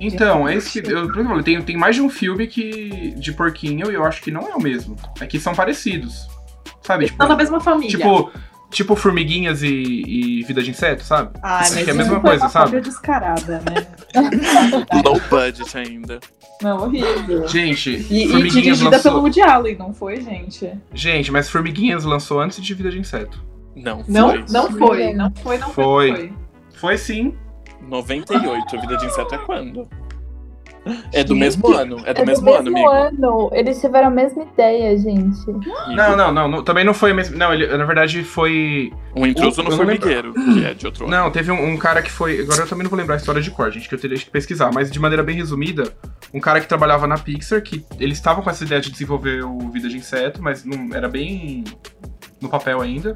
Speaker 3: E
Speaker 5: Então, esse. Eu, por exemplo, tem, tem mais de um filme que. de porquinho e eu acho que não é o mesmo. É que são parecidos. Sabe? Tipo,
Speaker 2: Tá na mesma família.
Speaker 5: tipo, tipo formiguinhas e, e vida de inseto, sabe?
Speaker 2: Ai,
Speaker 5: isso
Speaker 2: mas
Speaker 5: aqui é a
Speaker 2: isso
Speaker 5: mesma
Speaker 2: foi
Speaker 5: coisa,
Speaker 2: uma
Speaker 5: sabe?
Speaker 2: família descarada, né?
Speaker 3: low budget ainda.
Speaker 2: Não, horrível.
Speaker 5: Gente,
Speaker 2: E, e
Speaker 5: formiguinhas
Speaker 2: dirigida
Speaker 5: lançou.
Speaker 2: pelo Woody Allen, não foi, gente?
Speaker 5: Gente, mas formiguinhas lançou antes de vida de inseto.
Speaker 3: Não,
Speaker 2: Não,
Speaker 3: foi.
Speaker 2: não foi, não foi, não foi.
Speaker 5: Foi. Foi sim.
Speaker 3: 98, Vida de Inseto é quando? É do mesmo ano. É do mesmo, ano, amigo.
Speaker 1: ano. Eles tiveram a mesma ideia, gente.
Speaker 3: E
Speaker 5: Não, não, não, não, Também não foi mesmo. Não, ele, na verdade foi.
Speaker 3: Um intruso
Speaker 5: Eu
Speaker 3: no
Speaker 5: não
Speaker 3: formigueiro, que é de outro ano.
Speaker 5: Não, teve um, um cara que foi. Agora eu também não vou lembrar a história de cor, gente, que eu teria que pesquisar. Mas de maneira bem resumida, um cara que trabalhava na Pixar, que eles estavam com essa ideia de desenvolver o Vida de Inseto, mas não era bem no papel ainda.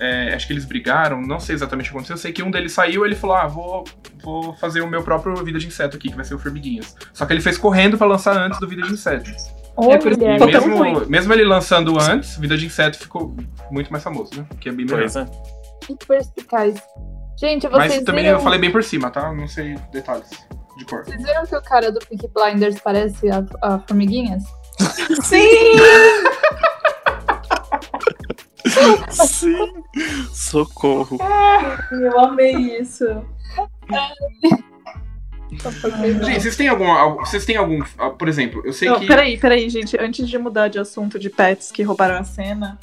Speaker 5: É, acho que eles brigaram, não sei exatamente o que aconteceu. Eu sei que um deles saiu ele falou: Ah, vou, vou fazer o meu próprio Vida de Inseto aqui, que vai ser o Formiguinhas. Só que ele fez correndo pra lançar antes do Vida de Inseto.
Speaker 1: Olha,
Speaker 2: por isso que
Speaker 5: E
Speaker 2: Ficou é tão
Speaker 5: mesmo,
Speaker 2: ruim.
Speaker 5: mesmo ele lançando antes, Vida de Inseto ficou muito mais famoso, né? Que é bem melhor.
Speaker 3: Pois é.
Speaker 1: que perspicaz. Gente, vocês um-
Speaker 5: Mas também
Speaker 1: viram,
Speaker 5: eu falei bem por cima, tá? Não sei detalhes de cor.
Speaker 1: vocês viram que o cara do Peaky Blinders parece a, a Formiguinhas?
Speaker 2: Sim!
Speaker 3: Sim. Socorro.
Speaker 2: Eu amei isso.
Speaker 5: Gente, vocês têm algum. al- Vocês têm algum. ah, Por exemplo, eu sei
Speaker 2: Não,
Speaker 5: que.
Speaker 2: peraí, peraí, gente. Antes de mudar de assunto de pets que roubaram a cena,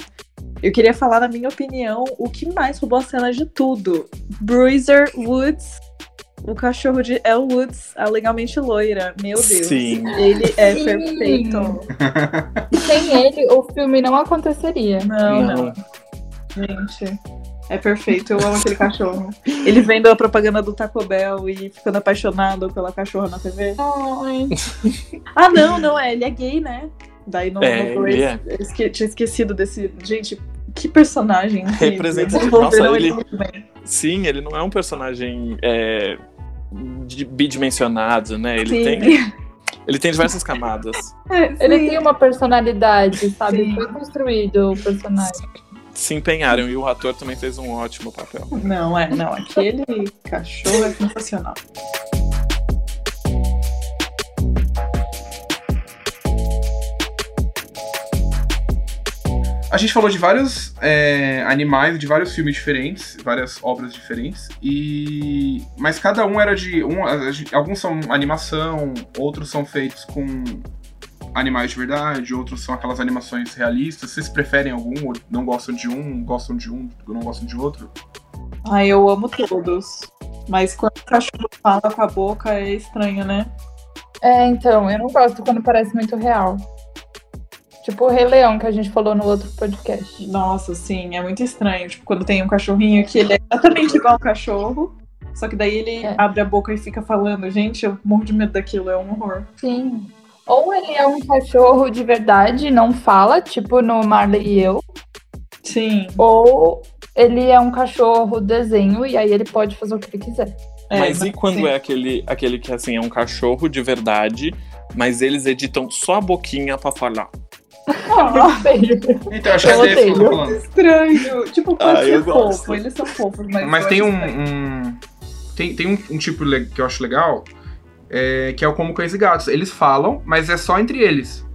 Speaker 2: eu queria falar, na minha opinião, o que mais roubou a cena de tudo. Bruiser Woods, o cachorro de Elle Woods, a legalmente loira. Meu Deus.
Speaker 3: Sim.
Speaker 2: Ele é
Speaker 1: Sim.
Speaker 2: perfeito.
Speaker 1: Sem ele, o filme não aconteceria.
Speaker 2: Não, não,
Speaker 3: Não.
Speaker 2: Gente. É perfeito, eu amo aquele cachorro. Ele vendo a propaganda do Taco Bell e ficando apaixonado pela cachorra na TV.
Speaker 1: Ai.
Speaker 2: Ah, não, não, é, ele é gay, né? Daí no,
Speaker 3: É,
Speaker 2: no dois,
Speaker 3: ele é.
Speaker 2: eu esque- tinha esquecido desse. Gente, que personagem. incrível.
Speaker 3: Representa-
Speaker 2: Desenvolveram
Speaker 3: Nossa, ele-
Speaker 2: muito bem.
Speaker 3: Sim, ele não é um personagem é, de- bidimensionado, né? Ele
Speaker 2: Sim.
Speaker 3: tem, ele tem diversas camadas.
Speaker 2: É,
Speaker 1: Ele
Speaker 2: sim.
Speaker 1: tem uma personalidade, sabe?
Speaker 2: Sim.
Speaker 1: Foi construído o personagem.
Speaker 3: Se empenharam e o ator também fez um ótimo papel.
Speaker 2: Não, é, não. Aquele cachorro é sensacional.
Speaker 5: A gente falou de vários é, animais, de vários filmes diferentes, várias obras diferentes, e mas cada um era de um, a gente- alguns são animação, outros são feitos com animais de verdade, outros são aquelas animações realistas. Vocês preferem algum? Ou não gostam de um? Gostam de um? Não gostam de outro?
Speaker 2: Ai, Ah, eu amo todos. Mas quando o cachorro fala com a boca é estranho, né?
Speaker 1: É, então, eu não gosto quando parece muito real. Tipo o Rei Leão que a gente falou no outro podcast.
Speaker 2: Nossa, sim, é muito estranho. Tipo, quando tem um cachorrinho que ele é exatamente igual ao cachorro. Só que daí ele
Speaker 1: É.
Speaker 2: abre a boca e fica falando, gente, eu morro de medo daquilo, é um horror.
Speaker 1: Sim. Ou ele é um cachorro de verdade e não fala, tipo no Marley e eu.
Speaker 2: Sim.
Speaker 1: Ou ele é um cachorro desenho e aí ele pode fazer o que ele quiser.
Speaker 2: é,
Speaker 3: mas e quando
Speaker 2: sim.
Speaker 3: é aquele, aquele que assim é um cachorro de verdade, mas eles editam só a boquinha pra falar?
Speaker 2: Ah,
Speaker 5: Então acho que é
Speaker 1: Eu
Speaker 5: desse que eu
Speaker 1: odeio.
Speaker 5: tô falando.
Speaker 2: estranho. Tipo, pode
Speaker 3: Ah, eu
Speaker 2: ser fofo,
Speaker 3: gosto.
Speaker 2: eles são fofos, mas.
Speaker 5: Mas
Speaker 2: eu
Speaker 5: tem
Speaker 2: acho
Speaker 5: um,
Speaker 2: estranho.
Speaker 5: um- tem, tem um, um tipo le- que eu acho legal, é, que é o como cães e gatos. Eles falam, mas é só entre eles.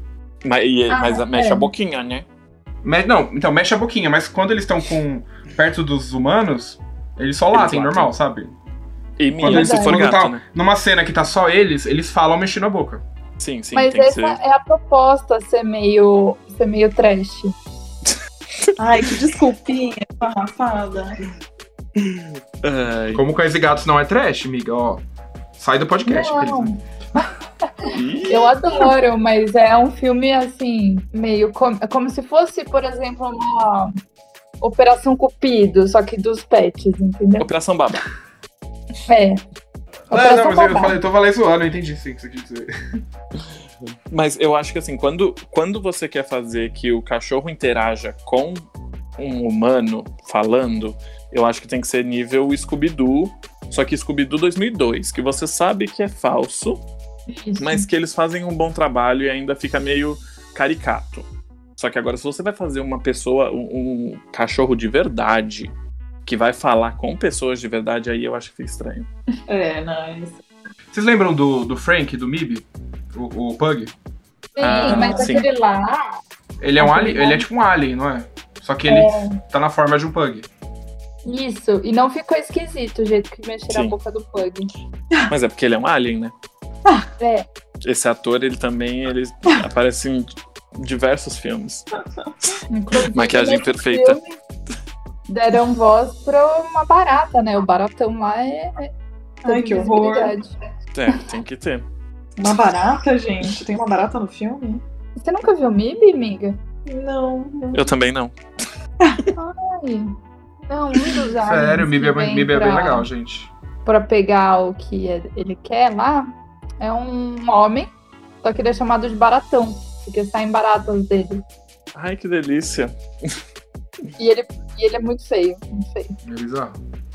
Speaker 3: Mas, e-
Speaker 1: Ah,
Speaker 3: mas
Speaker 1: é.
Speaker 3: mexe a boquinha, né?
Speaker 5: Me- não, então mexe a boquinha, mas quando eles estão com perto dos humanos, eles só latem,
Speaker 3: latem.
Speaker 5: normal, sabe?
Speaker 3: E
Speaker 5: Quando
Speaker 3: minha,
Speaker 5: eles
Speaker 3: se for
Speaker 5: quando
Speaker 3: gato,
Speaker 5: tá
Speaker 3: né?
Speaker 5: numa cena que tá só eles, eles falam mexendo a boca.
Speaker 3: Sim, sim,
Speaker 1: Mas
Speaker 3: tem que
Speaker 1: essa
Speaker 3: ser.
Speaker 1: é a proposta, ser meio, ser meio trash.
Speaker 2: Ai, que desculpinha, farrafada.
Speaker 3: Ai,
Speaker 5: Como cães e gatos não é trash, miga, ó. Sai do podcast.
Speaker 1: Não.
Speaker 5: aqueles, né?
Speaker 3: ih,
Speaker 1: Eu adoro, mas é um filme assim, meio com- é como se fosse, por exemplo, uma Operação Cupido, só que dos pets, entendeu?
Speaker 3: Operação Babá.
Speaker 1: É.
Speaker 5: Ah, não,
Speaker 1: Operação
Speaker 5: mas eu,
Speaker 1: Babá.
Speaker 5: falei, eu tô falando zoando, eu entendi sim o que você quis dizer.
Speaker 3: Mas eu acho que assim, quando, quando você quer fazer que o cachorro interaja com um humano falando, eu acho que tem que ser nível Scooby-Doo. Só que Scooby-Doo 2002, que você sabe que é falso,
Speaker 1: Isso.
Speaker 3: mas que eles fazem um bom trabalho e ainda fica meio caricato. Só que agora, se você vai fazer uma pessoa, um, um cachorro de verdade, que vai falar com pessoas de verdade, aí eu acho que fica estranho.
Speaker 2: É, não, é isso.
Speaker 5: Vocês lembram do, do Frank, do Mib? O, o Pug?
Speaker 1: Sim,
Speaker 3: Ah,
Speaker 1: mas
Speaker 3: sim.
Speaker 1: aquele lá.
Speaker 5: Ele é um alien, ele é tipo um alien, não é? Só que ele tá na forma de um Pug.
Speaker 1: Isso. E não ficou esquisito o jeito que mexeram
Speaker 3: Sim.
Speaker 1: a boca do Pug.
Speaker 3: Mas é porque ele é um alien, né?
Speaker 1: É.
Speaker 3: Esse ator, ele também ele aparece em diversos filmes.
Speaker 1: Inclusive, é
Speaker 3: Maquiagem
Speaker 1: nesse
Speaker 3: perfeita.
Speaker 1: filme, Deram voz pra uma barata, né? O baratão lá é. é-
Speaker 2: Ai,
Speaker 1: teve
Speaker 2: que horror.
Speaker 1: visibilidade.
Speaker 3: É, tem que ter.
Speaker 2: Uma barata, gente? Tem uma barata no filme?
Speaker 1: Você nunca viu o Mib, amiga?
Speaker 2: Não, não.
Speaker 3: Eu também não.
Speaker 1: Ai. Não, um dos aliens
Speaker 5: Sério, o Mib é,
Speaker 1: que vem
Speaker 5: bem- Mib é bem
Speaker 1: pra-
Speaker 5: legal, gente.
Speaker 1: Pra pegar o que é- ele quer lá, é um homem, só que ele é chamado de baratão, porque saem baratas dele.
Speaker 3: Ai, que delícia.
Speaker 1: E ele, e ele é muito feio, muito feio.
Speaker 5: É bizarro.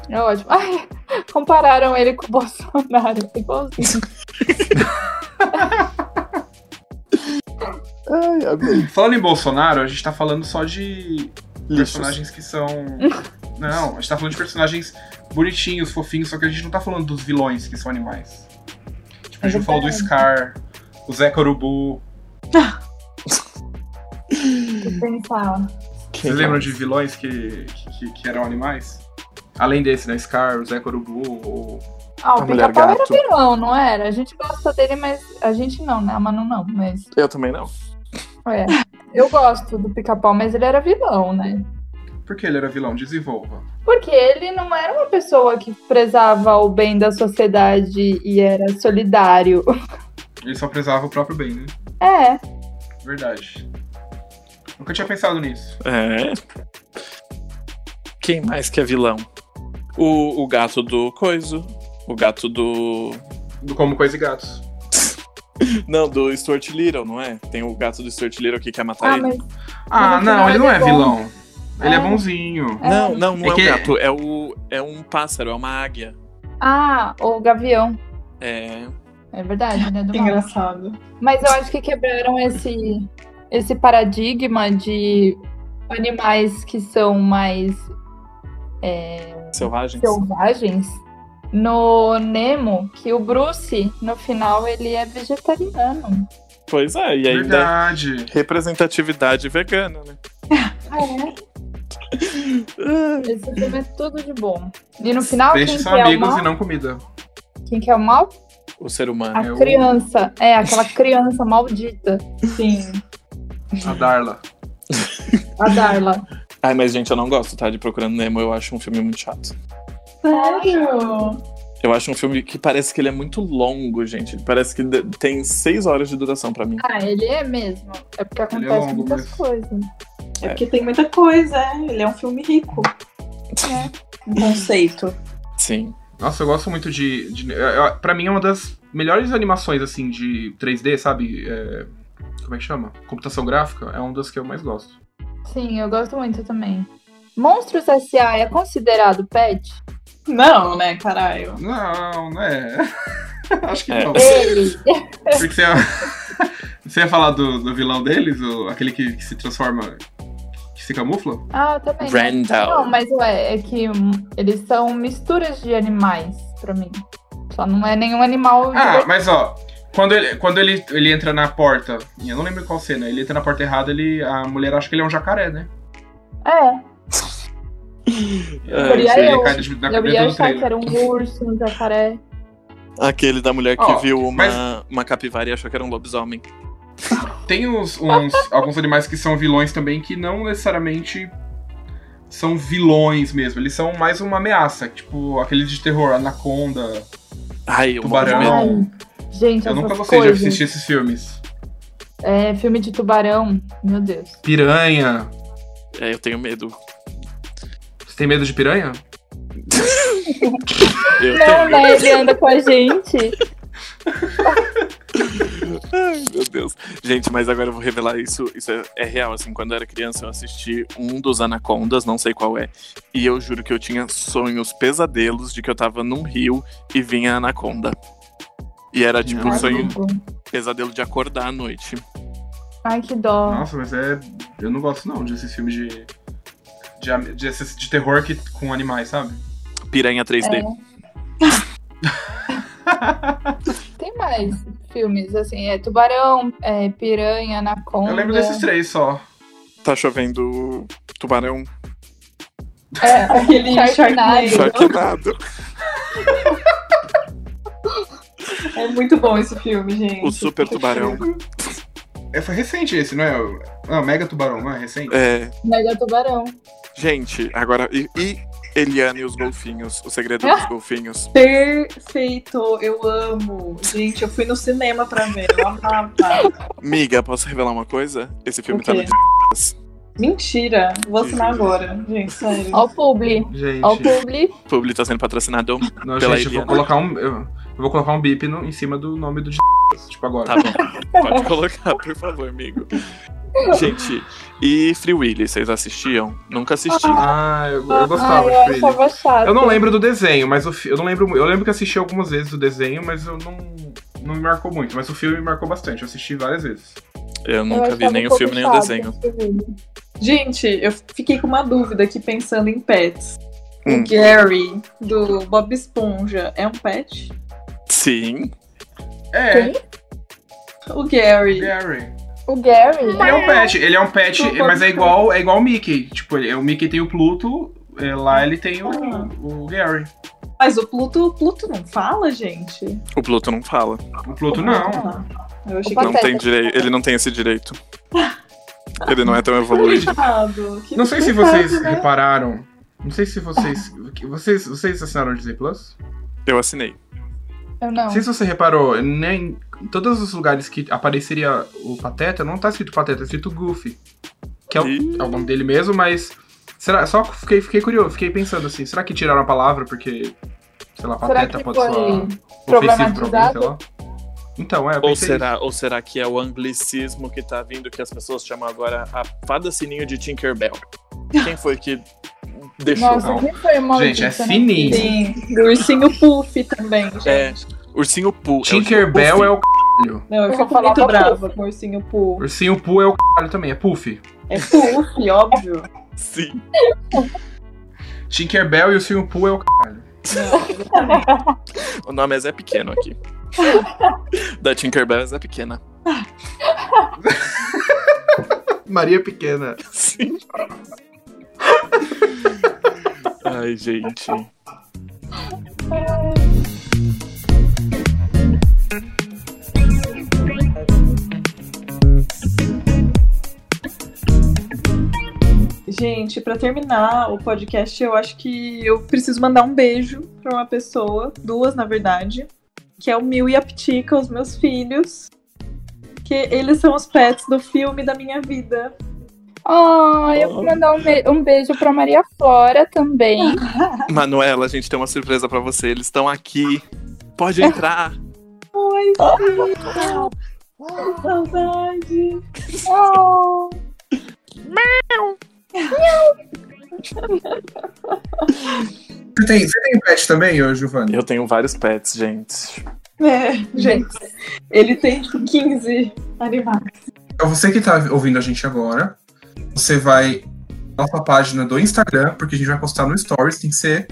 Speaker 1: É ótimo. Ai, compararam ele com o Bolsonaro, igualzinho.
Speaker 5: Falando em Bolsonaro, a gente tá falando só de
Speaker 3: Lixos.
Speaker 5: personagens que são. Não, a gente tá falando de personagens bonitinhos, fofinhos, só que a gente não tá falando dos vilões que são animais. Tipo, a gente não falou do Scar, o Zé Corubu.
Speaker 3: Uhum.
Speaker 1: Deixa eu pensar.
Speaker 5: Vocês lembram de vilões que, que, que eram animais? Além desse, né? Scar, o Zé Corubu, o.
Speaker 1: Ah,
Speaker 3: A
Speaker 1: o
Speaker 3: mulher
Speaker 1: pica-pau era
Speaker 3: gato.
Speaker 1: vilão, não era? A gente gosta dele, mas. A gente não, né? A Manu não, mas.
Speaker 3: Eu também não.
Speaker 1: É. Eu gosto do pica-pau, mas ele era vilão, né?
Speaker 5: Por que ele era vilão? Desenvolva.
Speaker 1: Porque ele não era uma pessoa que prezava o bem da sociedade e era solidário.
Speaker 5: Ele só prezava o próprio bem, né?
Speaker 1: É,
Speaker 5: Verdade. Nunca tinha pensado nisso.
Speaker 3: É. Quem mais que é vilão? O, o gato do Coiso. O gato do.
Speaker 5: Do Como Coisa e Gatos.
Speaker 3: Não, do Stuart Little, não é? Tem o gato do Stuart Little que quer matar
Speaker 1: Ah,
Speaker 3: ele.
Speaker 1: mas
Speaker 5: Ah,
Speaker 1: Mas no
Speaker 5: não,
Speaker 1: final
Speaker 5: ele não
Speaker 1: ele
Speaker 5: é
Speaker 1: é bom.
Speaker 5: vilão. Ele é
Speaker 1: É.
Speaker 5: bonzinho.
Speaker 1: É.
Speaker 3: Não, não, não
Speaker 5: É
Speaker 3: é, um
Speaker 5: que-
Speaker 3: gato. É, o, é um pássaro, é uma águia.
Speaker 1: Ah, o Gavião.
Speaker 3: É.
Speaker 1: É verdade, né? Do
Speaker 2: Que
Speaker 1: mal.
Speaker 2: engraçado.
Speaker 1: Mas eu acho que quebraram esse, esse paradigma de animais que são mais
Speaker 3: Selvagens.
Speaker 1: selvagens. No Nemo, que o Bruce, no final, ele é vegetariano.
Speaker 3: Pois é, e ainda. é
Speaker 5: Verdade.
Speaker 3: Representatividade vegana, né?
Speaker 1: Ah, é? Esse filme é tudo de bom. E no final,
Speaker 5: Peixes
Speaker 1: quem
Speaker 5: são
Speaker 1: que, é o
Speaker 5: amigos
Speaker 1: mal?
Speaker 5: e não comida.
Speaker 1: quem que é o mal?
Speaker 3: O ser humano.
Speaker 1: A
Speaker 5: É o-
Speaker 1: criança. É, aquela criança maldita.
Speaker 2: Sim.
Speaker 5: A Darla.
Speaker 1: A Darla.
Speaker 3: Ai, mas gente, eu não gosto, tá? De Procurando Nemo, eu acho um filme muito chato.
Speaker 2: Sério?
Speaker 3: Eu acho um filme que parece que ele é muito longo, gente. Parece que de- tem seis horas de duração pra mim.
Speaker 1: Ah, ele é mesmo. É porque acontece
Speaker 5: longo,
Speaker 1: muitas
Speaker 5: mas-
Speaker 1: coisas.
Speaker 2: É porque tem muita coisa, é. Ele é um filme rico. Um conceito.
Speaker 1: Ah.
Speaker 3: Sim.
Speaker 5: Nossa, eu gosto muito de. de eu- eu- pra mim é uma das melhores animações, assim, de 3D, sabe? É, como é que chama? Computação gráfica. É uma das que eu mais gosto.
Speaker 1: Sim, eu gosto muito também. Monstros S.A. é considerado pet?
Speaker 2: Não, né, caralho?
Speaker 5: Não, não é. Acho que
Speaker 3: É.
Speaker 5: não.
Speaker 1: Ele!
Speaker 5: Porque você ia, você ia falar do, do vilão deles, o, aquele que, que se transforma. que se camufla?
Speaker 1: Ah, eu também. né?
Speaker 3: Randall.
Speaker 1: Não, mas ué, é que hum, eles são misturas de animais, pra mim. Só não é nenhum animal.
Speaker 5: Ah,
Speaker 1: divertido.
Speaker 5: mas ó, quando ele, quando ele, ele entra na porta, e eu não lembro qual cena, ele entra na porta errada, ele, a mulher acha que ele é um jacaré, né?
Speaker 1: É,
Speaker 5: É,
Speaker 1: Seria
Speaker 5: isso aí
Speaker 1: eu.
Speaker 5: cai de- na
Speaker 1: eu
Speaker 5: cabeça
Speaker 1: ia
Speaker 5: do
Speaker 1: achar
Speaker 5: trailer.
Speaker 1: que era um urso, um jacaré.
Speaker 3: Aquele da mulher que
Speaker 5: Ó,
Speaker 3: viu uma,
Speaker 5: mas-
Speaker 3: uma capivara e achou que era um lobisomem.
Speaker 5: Tem uns, uns- alguns animais que são vilões também que não necessariamente são vilões mesmo, eles são mais uma ameaça, tipo aqueles de terror, anaconda, um
Speaker 3: Ai, eu morro de
Speaker 5: Tubarão.
Speaker 3: medo.
Speaker 1: Gente,
Speaker 5: eu
Speaker 1: essas
Speaker 5: nunca gostei de
Speaker 1: coisas.
Speaker 5: assistir esses filmes.
Speaker 1: É, filme de tubarão, meu Deus.
Speaker 5: Piranha,
Speaker 3: É, eu tenho medo.
Speaker 5: você tem medo de piranha?
Speaker 3: Eu
Speaker 1: Não,
Speaker 3: tenho medo.
Speaker 1: né? Ele anda com a gente.
Speaker 3: Ai, meu Deus. Gente, mas agora eu vou revelar isso. Isso é, é real, assim. Quando eu era criança, eu assisti um dos Anacondas, não sei qual é. E eu juro que eu tinha sonhos, pesadelos de que eu tava num rio e vinha a Anaconda. E era tipo um
Speaker 5: Nossa.
Speaker 3: sonho,
Speaker 1: Amigo.
Speaker 3: pesadelo de acordar à noite.
Speaker 1: Ai, que dó.
Speaker 5: Nossa, mas é. Eu não gosto não desses filmes de. De, ame- de, esses- de terror que, com animais, sabe?
Speaker 3: Piranha
Speaker 1: É.
Speaker 3: 3D.
Speaker 1: Tem mais filmes, assim, é tubarão, é piranha, anaconda.
Speaker 5: Eu lembro desses três só.
Speaker 3: Tá chovendo tubarão
Speaker 1: É,
Speaker 2: Aquele
Speaker 1: Sharknado.
Speaker 2: Sharknado.
Speaker 3: chaquinado.
Speaker 2: É muito bom esse filme, gente.
Speaker 3: O super tubarão.
Speaker 5: É, foi recente esse, não é? O- Ah, Mega Tubarão, não é recente?
Speaker 3: É.
Speaker 1: mega tubarão.
Speaker 3: Gente, agora. E, e Eliane e os golfinhos? O segredo dos golfinhos.
Speaker 2: Perfeito, eu amo. Gente, eu fui no cinema pra ver, eu amava.
Speaker 3: Miga, posso revelar uma coisa? Esse filme
Speaker 2: O
Speaker 3: tá no.
Speaker 2: quê? Mentira, vou
Speaker 3: Uhum.
Speaker 2: assinar agora, gente, sério.
Speaker 1: Ó o publi.
Speaker 5: Gente,
Speaker 1: Ó o publi.
Speaker 3: Publi tá sendo patrocinado.
Speaker 5: não,
Speaker 3: pela
Speaker 5: gente, eu vou
Speaker 3: Eliana.
Speaker 5: colocar um. Eu, eu vou colocar um bip no- em cima do nome do de... Tipo agora.
Speaker 3: Tá bom. Pode colocar, por favor, amigo. Gente, e Free Willy, vocês assistiam? Nunca assisti.
Speaker 5: Ah, eu, eu gostava
Speaker 1: Ai, eu
Speaker 5: de Freely.
Speaker 1: achava chato.
Speaker 5: Eu não lembro do desenho, mas o fi- eu não lembro. mu- Eu lembro que assisti algumas vezes o desenho, mas eu não. Não me marcou muito, mas o filme me marcou bastante. Eu assisti várias vezes.
Speaker 3: Eu
Speaker 1: Eu
Speaker 3: nunca vi
Speaker 1: achava
Speaker 3: nem
Speaker 1: um
Speaker 3: o
Speaker 1: pouco
Speaker 3: filme nem o
Speaker 1: chato
Speaker 3: desenho.
Speaker 1: esse filme.
Speaker 2: Gente, eu fiquei com uma dúvida aqui pensando em pets.
Speaker 3: Hum.
Speaker 2: O Gary, do Bob Esponja, é um pet?
Speaker 3: Sim.
Speaker 5: É,
Speaker 2: O Gary.
Speaker 5: Gary.
Speaker 1: O Gary.
Speaker 5: Ele é um pet, ele é um pet,
Speaker 2: Não pode
Speaker 5: mas é
Speaker 2: ser.
Speaker 5: igual, é igual o Mickey. Tipo, ele- o Mickey tem o Pluto, é, lá ele tem o,
Speaker 2: Ah.
Speaker 5: o Gary.
Speaker 2: Mas o Pluto, o Pluto não fala, gente?
Speaker 3: O Pluto não fala.
Speaker 5: O Pluto
Speaker 1: Ah.
Speaker 5: não.
Speaker 2: Eu achei que
Speaker 1: Opa,
Speaker 2: ele
Speaker 3: Não tem direito. Ele não tem esse direito. Ele não é tão evoluído.
Speaker 2: Coitado, que
Speaker 5: Não sei se
Speaker 2: coitado,
Speaker 5: vocês
Speaker 2: né?
Speaker 5: repararam. Não sei se vocês. que- Vocês, vocês assinaram o Disney Plus?
Speaker 3: Eu assinei.
Speaker 1: Eu não.
Speaker 5: Não sei se você reparou, nem em todos os lugares que apareceria o Pateta, não tá escrito Pateta, tá escrito Goofy. Que é o,
Speaker 3: Ih.
Speaker 5: é o nome dele mesmo, mas. Será, só fiquei, fiquei curioso, fiquei pensando assim, será que tiraram a palavra porque, sei lá,
Speaker 1: Será
Speaker 5: pateta
Speaker 1: que
Speaker 5: pode soar
Speaker 1: foi
Speaker 5: ofensivo pra alguém, sei
Speaker 1: problematizado?
Speaker 5: lá? Então, é, eu
Speaker 3: Ou
Speaker 5: pensei
Speaker 3: será, ou será que é o anglicismo que tá vindo, que as pessoas chamam agora a fada sininho de Tinkerbell? Quem foi que deixou?
Speaker 1: Nossa,
Speaker 5: não.
Speaker 1: quem foi
Speaker 5: isso.
Speaker 1: mal?
Speaker 5: Gente, é fininho.
Speaker 2: Sim, do ursinho puff também.
Speaker 3: É, Ursinho Poo.
Speaker 5: Tinkerbell é o c****.
Speaker 2: Não, eu
Speaker 1: Eu
Speaker 2: fico
Speaker 1: falava
Speaker 2: muito
Speaker 1: puff.
Speaker 2: brava com o ursinho puff.
Speaker 5: Ursinho Poo é o c****, também, é puff.
Speaker 2: É puff, óbvio.
Speaker 3: o... Sim.
Speaker 5: Tinkerbell e o ursinho Poo é o c****.
Speaker 3: O nome é Zé Pequeno aqui. da Tinkerbell é Zé Pequena.
Speaker 5: Maria Pequena.
Speaker 3: Sim. Ai, gente.
Speaker 2: Gente, pra terminar o podcast, eu acho que eu preciso mandar um beijo pra uma pessoa, duas na verdade, que é o Mil e a Ptica, os meus filhos. Que eles são os pets do filme da minha vida.
Speaker 1: Ah, eu vou mandar um, be- um beijo pra Maria Flora também.
Speaker 3: Manuela, a gente tem uma surpresa pra você. Eles estão aqui. Pode entrar.
Speaker 2: Saudade!
Speaker 1: Oh,
Speaker 5: Você tem, você tem pet também, ô, Giovanni?
Speaker 3: Eu tenho vários pets, gente.
Speaker 2: É, gente, ele tem tipo 15 animais.
Speaker 5: Então você que tá ouvindo a gente agora, você vai na nossa página do Instagram, porque a gente vai postar no Stories, tem que ser.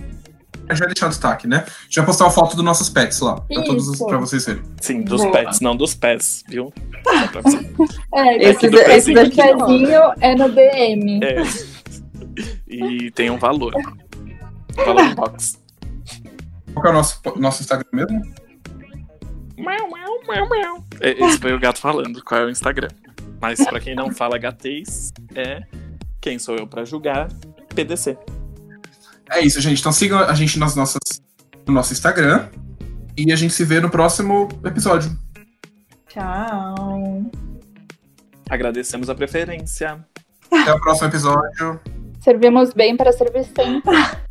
Speaker 5: A gente vai deixar o destaque, né? A gente vai postar a foto dos nossos pets lá, pra, todos, os-
Speaker 1: Isso.
Speaker 5: pra vocês verem.
Speaker 3: Sim, dos
Speaker 2: Boa.
Speaker 3: pets, não dos pés, viu? Só pra você.
Speaker 1: é,
Speaker 2: Esse,
Speaker 1: esse,
Speaker 3: do
Speaker 2: esse
Speaker 3: pezinho
Speaker 2: daqui é
Speaker 1: pezinho é no DM.
Speaker 3: É. E tem um valor. Valor em box.
Speaker 5: Qual que é o nosso, nosso Instagram mesmo?
Speaker 3: É, Esse foi o gato falando qual é o Instagram. Mas pra quem não fala gatês, é quem sou eu pra julgar? PDC.
Speaker 5: É isso, gente. Então sigam a gente nas nossas, no nosso Instagram. E a gente se vê no próximo episódio.
Speaker 2: Tchau!
Speaker 3: Agradecemos a preferência.
Speaker 5: Até o próximo episódio.
Speaker 1: Servimos bem para servir sempre.